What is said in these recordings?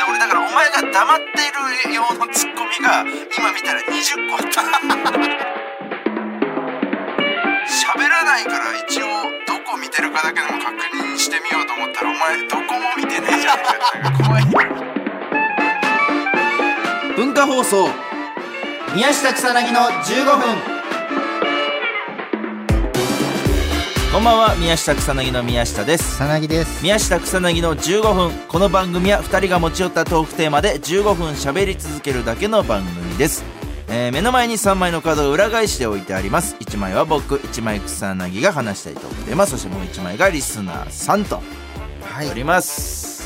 前が黙っている用のツッコミが今見たら20個あった 喋らないから一応どこ見てるかだけでも確認してみようと思ったらお前どこも見てねえじゃねえかってなんか怖い文化放送宮下草薙の15分こんばんは宮下草薙の宮下です草薙です宮下草薙の15分この番組は2人が持ち寄ったトークテーマで15分喋り続けるだけの番組です、えー目の前に3枚のカードを裏返しておいてあります1枚は僕1枚草薙が話したいトークテーマそしてもう1枚がリスナーさんとはおります、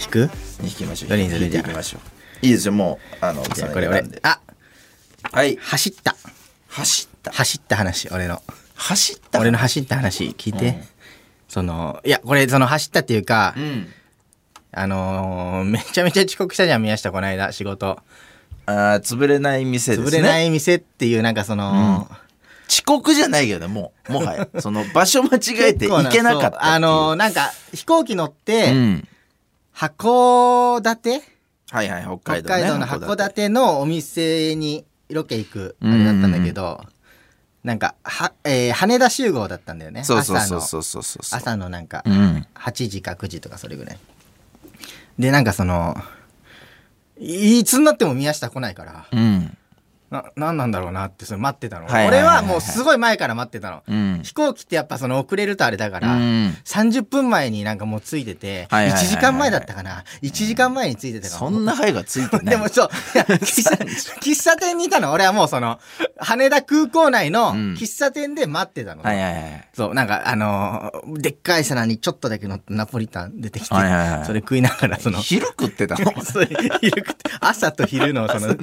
引く引きましょうどれにする引いていきましょういいですよもうあのじ草ゃあ薙これ俺なんであはい走った走った走った話俺の走った俺の走った話聞いて、うんそのいやこれその走ったっていうか、うんあのーめちゃめちゃ遅刻したじゃん宮下この間仕事あー潰れない店ですね潰れない店っていうなんかその、遅刻じゃないけどねもうもはやその場所間違えて行けなかったっていうそうあのーなんか飛行機乗って、うん函館はいはい北海北道,、ね、海道の函館のお店にロケ行くあうんうんれだったんだけど、なんかは、えー羽田集合だったんだよねそうそうそうそうそうそう朝の朝のなんかうん8時か9時とかそれぐらいでなんかそのいつになっても宮下来ないからうんな何なんだろうなってそれ待ってたの、はいはいはいはい俺はもうすごい前から待ってたの、うん飛行機ってやっぱその遅れるとあれだから、うん30分前になんかもうついてて、はいはいはいはい1時間前だったかな1時間前についてたからそんな灰がついてない でもそう、い や喫茶喫茶店にいたの。俺はもうその、羽田空港内のうん喫茶店で待ってたの。はいはいはいそう、なんかあのーでっかい皿にちょっとだけ乗ったナポリタン出てきて、はいはいはいそれ食いながらその、昼食って たのそう昼食って朝と昼のその、中うん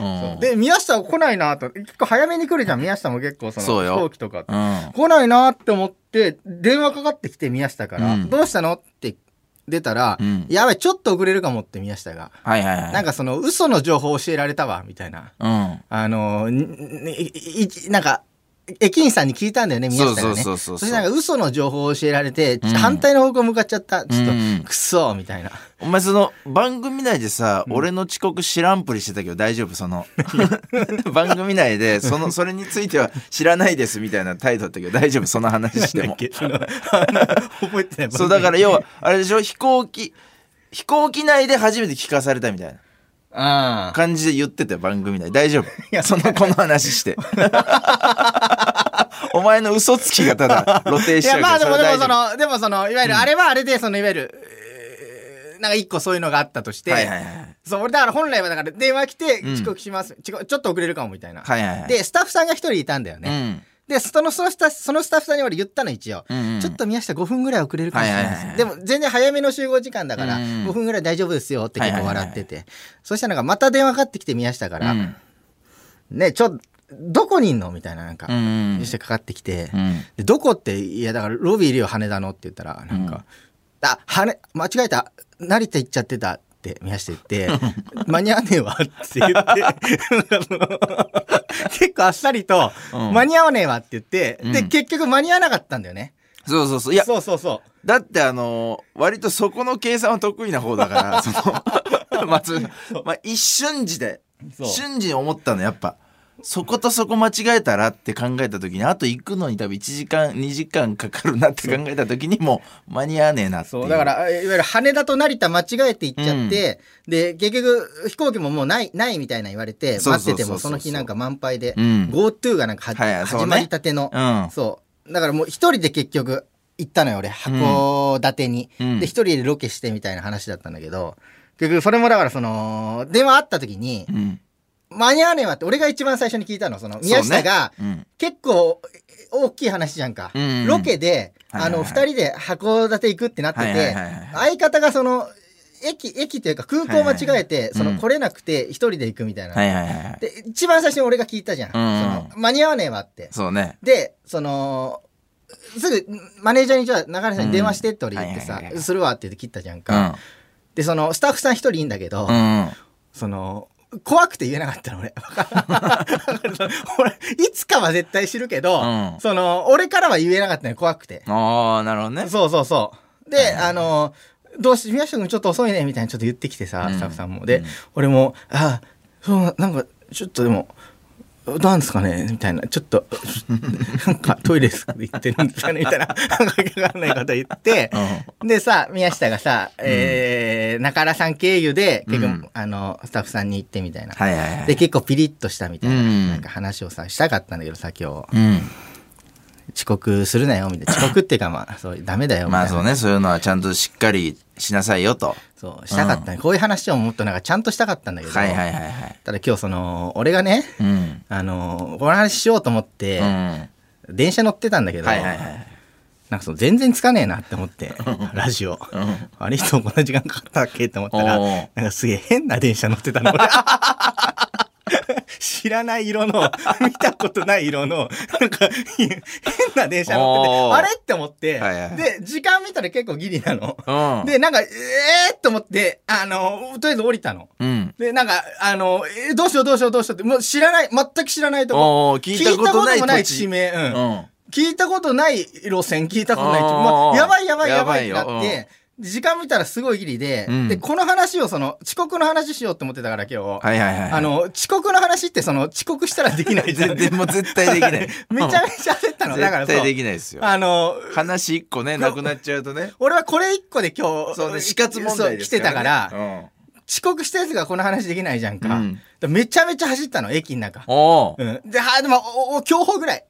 そうで、宮下は来ないなと、結構早めに来るじゃん、宮下も結構その、そうよ飛行機とかって。うん来ないなって思って、電話かかってきて宮下から、うんどうしたのって出たら、うんやばい、ちょっと遅れるかもって宮下が。はいはいはいなんかかその嘘の情報を教えられたわ、みたいな。うんあのー、にいいなんか、駅員さんに聞いたんだよね、宮下がね。そうそうそうそうれなんか嘘の情報を教えられて、うん反対の方向向かっちゃった。ちょっと、うんくそーみたいな。お前その番組内でさ、俺の遅刻知らんぷりしてたけど大丈夫その 番組内でそのそれについては知らないですみたいな態度だったけど大丈夫その話してもその 覚えてない。そうだから要はあれでしょ飛行機飛行機内で初めて聞かされたみたいなら、うん。感じで言ってたよ番組内大丈夫やそのこの話して お前の嘘つきがただ露呈いしちゃや、うまかあらでも、れではも大丈夫その、でもその、いわゆる、あれはあれで、その、いわゆる、えーなんか一個そういうのがあったとして、はいはいはいそう、俺だから本来はだから電話来てうん遅刻します、遅刻ちょっと遅れるかもみたいな。はいはいはいで、スタッフさんが一人いたんだよね。うんで、その、そのスタそのスタッフさんに俺言ったの一応、うんうんちょっと宮下5分ぐらい遅れるかもしれないではす。いはいはいでも全然早めの集合時間だから、うんうん5分ぐらい大丈夫ですよって結構笑ってて。はいそしたらなんかまた電話かかってきて宮下から、うんね、ちょ、どこにいんのみたいななんか、うんうん宮下かかってきて、うんでどこって、いやだからロビーいるよ羽田のって言ったら、なんか、あ、羽、間違えた、成田行っちゃってた。って宮下 言って、間に合わねえわって言って、あの結構あっさりと、うん間に合わねえわって言って、うで、ん結局間に合わなかったんだよね。そうそうそういやそうそうそだってあのー割とそこの計算は得意な方だ からそのまあつまあ一瞬時でそう瞬時に思ったのやっぱそことそこ間違えたらって考えた時にあと行くのに多分1時間2時間かかるなって考えた時にもう間に合わねえなっう。ていそう、だから、いわゆる羽田と成田間違えて行っちゃって、で、結局、飛行機ももうない、ないみたいな言われて、そう待そうそうっそうててもその日なんか満杯で、うん GoTo がなんかははいはいそうね始まりたてのう、んそう。だからもう一人で結局行ったのよ、俺。函館に。うんで、一人でロケしてみたいな話だったんだけど、結局それもだからその、電話あった時に、うん間に合わねえわって俺が一番最初に聞いたの。その、宮そうね下が、うん結構え大きい話じゃんか。うんロケで、はいはあいはいの、二人で函館行くってなってはいはいてはいはい、相方がその、駅、駅というか空港間違えて、はいそはいの、来れなくて一人で行くみたいはな。いはいはいで、一番最初に俺が聞いたじゃん。そうんの間に合わねえわって。そうねでそのすぐマネージャーにじゃあ中西さんに電話してって俺言ってうんはさいはいはい「はいするわ」って言って切ったじゃんうか、んでそのスタッフさん一人いいんだけど、うんその怖くて言えなかったの俺 俺いつかは絶対知るけど、うんその俺からは言えなかったのよ怖くて、ああなるほどねそうそうそうで、あのどうし宮下君ちょっと遅いねみたいにちょっと言ってきてさ、うんスタッフさんもで、俺も「ああそうなんかちょっとでもなんですかね?」みたいなちょっと 「なんかトイレです行ってるんですかね?」みたいななんかわかんないこと言って、でさ宮下がさ、えー中原さん経由で結う局、んあのスタッフさんに行ってみたいな、はいはいはい。で結構ピリッとしたみたいな,、うんなんか話をさしたかったんだけどさ今日うん。遅刻するなよみたいな遅刻っていうかまあそうダメだよみたまいなあそうね、そういうのはちゃんとしっかりしなさいよと。そうしたかった、ねこういう話をもっとなんかちゃんとしたかったんだけど、はいはいはいはい。ただ今日その俺がねうん。うん。あのこの話しようと思って、はい電車乗ってたんだけど、はいはい。なんかその全然つかねえなって思ってラジオ、あれいつもこんな時間かかったっけって思ったらおーなんかすげえ変な電車乗ってた の俺知らない色の見たことない色のなんか変な電車乗っておてーあれって思って、はいはいで時間見たら結構ギリなの。うん。で、なんか、えーっと思って、あの、とりあえず降りたの。うん。で、なんか、あの、えーどうしようどうしようどうしようって、もう知らない、全く知らないとこ。おー聞いたことない聞いたこともない土地地。名、ううんん。聞いたことない路線、聞いたことない地お名。ーもうやばいやばいやばいってやばいよなって、時間見たらすごいギリで、うんで、この話をその、遅刻の話しようって思ってたから今日。はいはいはい。あ、の、遅刻の話ってその、遅刻したらできないじゃん。。全然もう絶対できない めちゃめちゃ焦ったの。だから絶そ対うできないですよ。あの、話一個ね、なくなっちゃうとね。俺はこれ一個で今日、そうね、死活問題ですそう来てたから、ね遅刻したやつがこの話できないじゃんか。うんだめちゃめちゃ走ったの、駅の中うん。。おーうん。で、はでも、お、お、競歩ぐらい。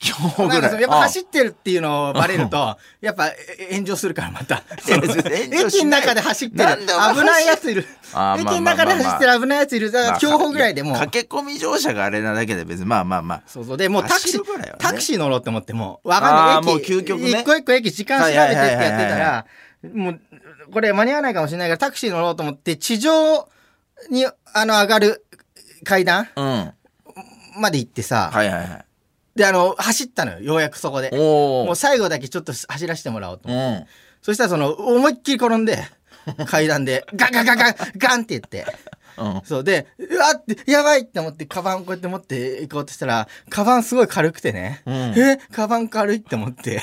今日ぐなんからそのい。やっぱ走っってるっていうのをバレると、やっぱえ炎上するからま た。その炎上しない 駅の中で走ってるなんでお前危ないやついる。あー駅まあの中で走ってる危ないやついる。だから競歩ぐらいでもう。駆け込み乗車があれなだけで別に、まあまあまあ。そうそう。で、もうタク走シるぐらいはねー、タクシー乗ろうって思っても、わかんない。あー駅もう究極ね一個一個駅時間調べてってやってはいはたいはいら、もう、これ間に合わないかもしれないから、タクシー乗ろうと思って、地上に、あの、上がる階段うん。はいまで行ってさ、はいはい。で、あの、走ったのよ。ようやくそこで。おもうー最後だけちょっと走らせてもらおうとう思って。ん。そしたらその、思いっきり転んで、階段で、ガンガンガンガン、ガンって言って。うん。そうで、うわって、やばいって思って、カバンこうやって持って行こうとしたら、カバンすごい軽くてね。うんえカバン軽いって思っ て。で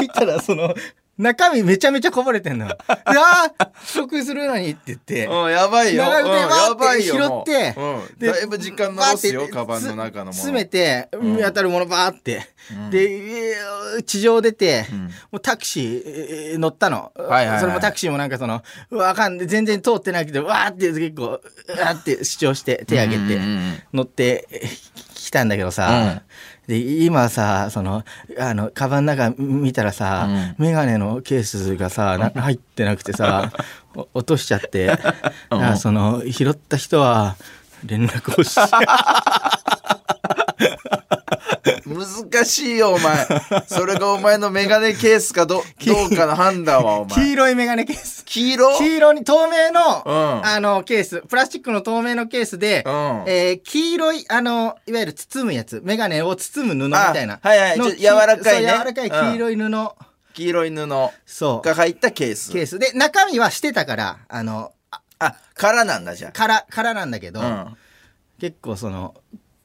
見たら、その、中身めちゃめちゃこぼれてんの。でああ食するのにって言って。うん、やばいよ。長うんめでわーやばいよ。拾ってもううん、でだいぶ時間残すバーよ、ってカバンの中のもの。つ詰めて、見当たるものバーって。うんで、えー地上出て、うんもうタクシーえー乗ったの、はいはいはいそれもタクシーもなんかその、わかんない、全然通ってなくて、わーって結構、わーって主張して、手挙げてうんうんうん、乗ってえーきたんだけどさ、で、今さ、その、あの、カバンの中見たらさ、メガネのケースがさ、な入ってなくて さ、お落としちゃって、だからその、拾った人は、連 絡をし、難しいよ、お 前。それがお前のメガネケースかどどうかの判断は、お黄前。色いメガネケース。黄色黄色に透明の、うんあのケースプラスチックの透明のケースで、うんえー黄色いあのいわゆる包むやつメガネを包む布みたいなあはいはいのちょっと柔らかいねそう柔らかい黄色い布、黄色い布がそう入ったケース。ケースで中身はしてたからあのああ、からなんだ、じゃからからなんだけど、あ。うん。結構その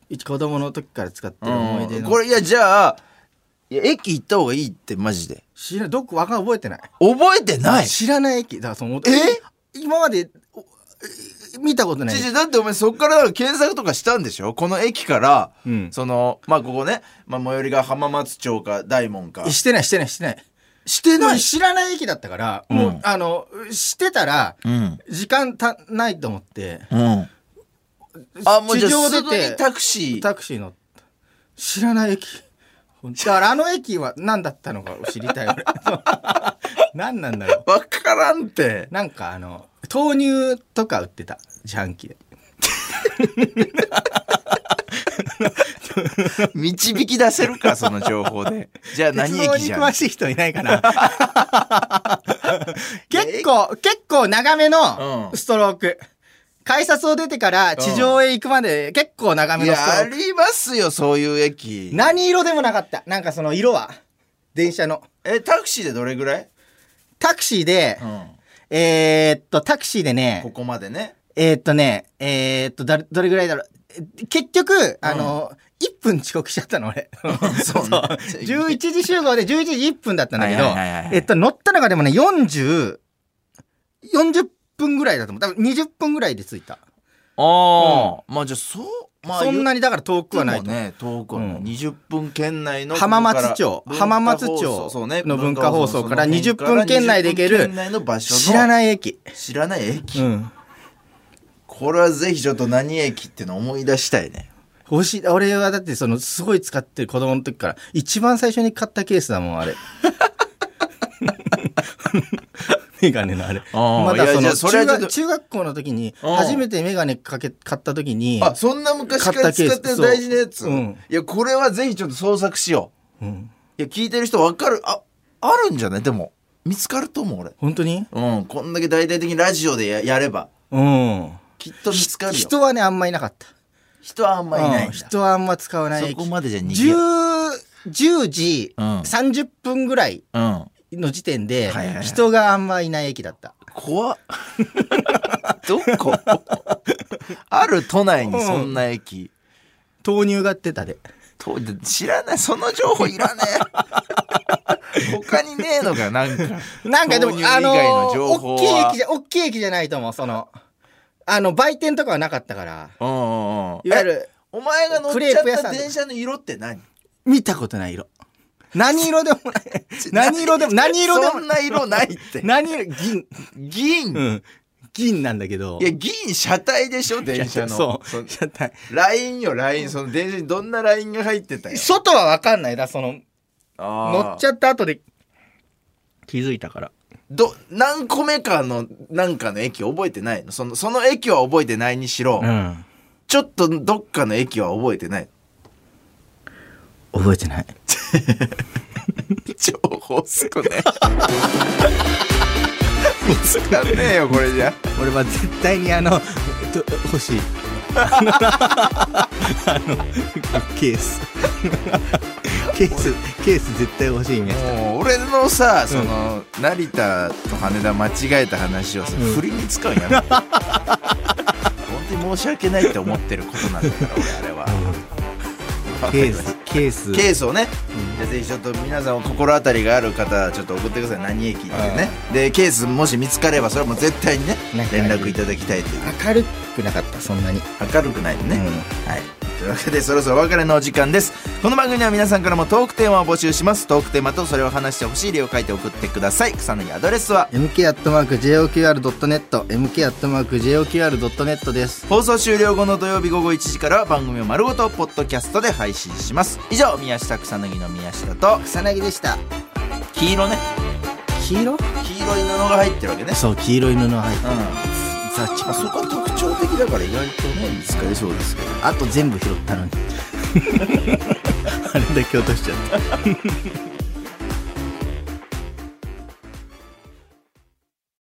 うち子供の時から使ってる思い出うんの、これいやじゃあいや駅行った方がいいってマジで知らないどこわかん覚えてない、覚えてないち知らない駅だからそのえ今までお見たことないちだってお前そっから検索とかしたんでしょこの駅から、うんそのまあここね、まあ、最寄りが浜松町か大門かしてないしてないしてないしてもなうい知らない駅だったから、うんもうあのしてたらうん時間たないと思ってうんあもうじゃ地あ上す出ぐてにタクシータクシー乗った知らない駅だからあの駅は何だったのか知りた い俺何なんだろわからんってうなんかあの豆乳とか売ってた自販機で導き出せる かその情報でじゃあ鉄何道駅にじゃ詳んしい人いないか な結構結構長めのうんストローク、改札を出てから地上へ行くまで結構長めいのストロやあークりますよそういう駅何色でもなかったなんかその色は電車のえタクシーでどれぐらい、タクシーで、ん、えーっとタクシーでこねこまでねえーっとねえーっとだどれぐらいだろうえ結局あの、1分遅刻しちゃったの俺 そうね11時集合で11時1分だったんだけど、はいはいはいはいえっと乗ったのがでもね40 40分ぐらいだと思う。多分20分ぐらいで着いた。ああ、まあじゃあそう、まあ、そんなににだから遠くはないと。ね、遠くはない、うん20分圏内の浜松町文化浜松町放送そうねの文化放送から文化放送の20分圏内で行け20る分圏内の場所の知らない駅。知らない駅、うん。これはぜひちょっと何駅ってのを思い出したいね欲しい。俺はだってそのすごい使ってる子供の時から一番最初に買ったケースだもん、あれ。 メガネのあれ。あーまいやだじそゃのあそれは中ちょっと学中学校の時にうん初めてメガネかけ買った時に、あそんな昔から使ってる大事なやつ、買ったケースそううんいやこれはぜひちょっと捜索しようん、ういや聞いてる人分かるああるんじゃないでも見つかると思う俺本当にうんこんだけ大々的にラジオでややればうん。きっと見つかるよ人人はね、あんまいなかった。はあんまいないうんだ、ん人はあんま使わないそこまでじゃ逃げよう10 10時うん30分ぐらいうんの時点ではいはいはい人があんまいない駅だった、怖っ どこある都内にそんな駅、豆乳が出たでと知らないその情報いらね え他にねえのかなんかなんかで豆も乳以あ外のの情報大きいは駅じゃ大きい駅じゃないと思うそのあの売店とかはなかったからうんうんうんいわゆるお前が乗っクちレゃープ屋っさたんとか電車の色って何見たことない色何色でもない 何 色でも何色でもそんな色ないって何色銀銀、うん銀なんだけどいや銀車体でしょ電車のそうそ車体ラインよラインその電車にどんなラインが入ってたよ外は分かんないだその乗っちゃゃった後で気づいたからど何個目かのなんかの駅覚えてないのそのその駅は覚えてないにしろ、うんちょっとどっかの駅は覚えて ない。覚えてない情報少ね。 見つかんねえよ、これじゃ。俺は絶対にあの と欲しい あのケースケースケース絶対欲しいねもう、俺のさ、その、成田と羽田間違えた話をさ、うん振りに使うん やめて。本当に申し訳ないって思ってることなんだから、俺、あれは。わかケりーましスたケースケースをね、うんじゃあぜひちょっと皆さんお心当たりがある方ちょっと送ってください何駅ってねでケースもし見つかればそれはもう絶対にねなんか連絡いただきたいという明るくなかったそんなに明るくないね、うんはいというわけでそろそろお別れのお時間ですこの番組では皆さんからもトークテーマを募集しますトークテーマとそれを話してほしい理由を書いて送ってください草薙アドレスは mk.joqr.net mk.joqr.net です放送終了後の土曜日午後1時からは番組を丸ごとポッドキャストで配信します以上宮下草薙の宮下と草薙でした黄色ね黄色黄色い布が入ってるわけねそう黄色い布入ってうんザチまあそこは特徴的だから意外とね見つかりそうですけど あと全部拾ったのにあれだけ落としちゃった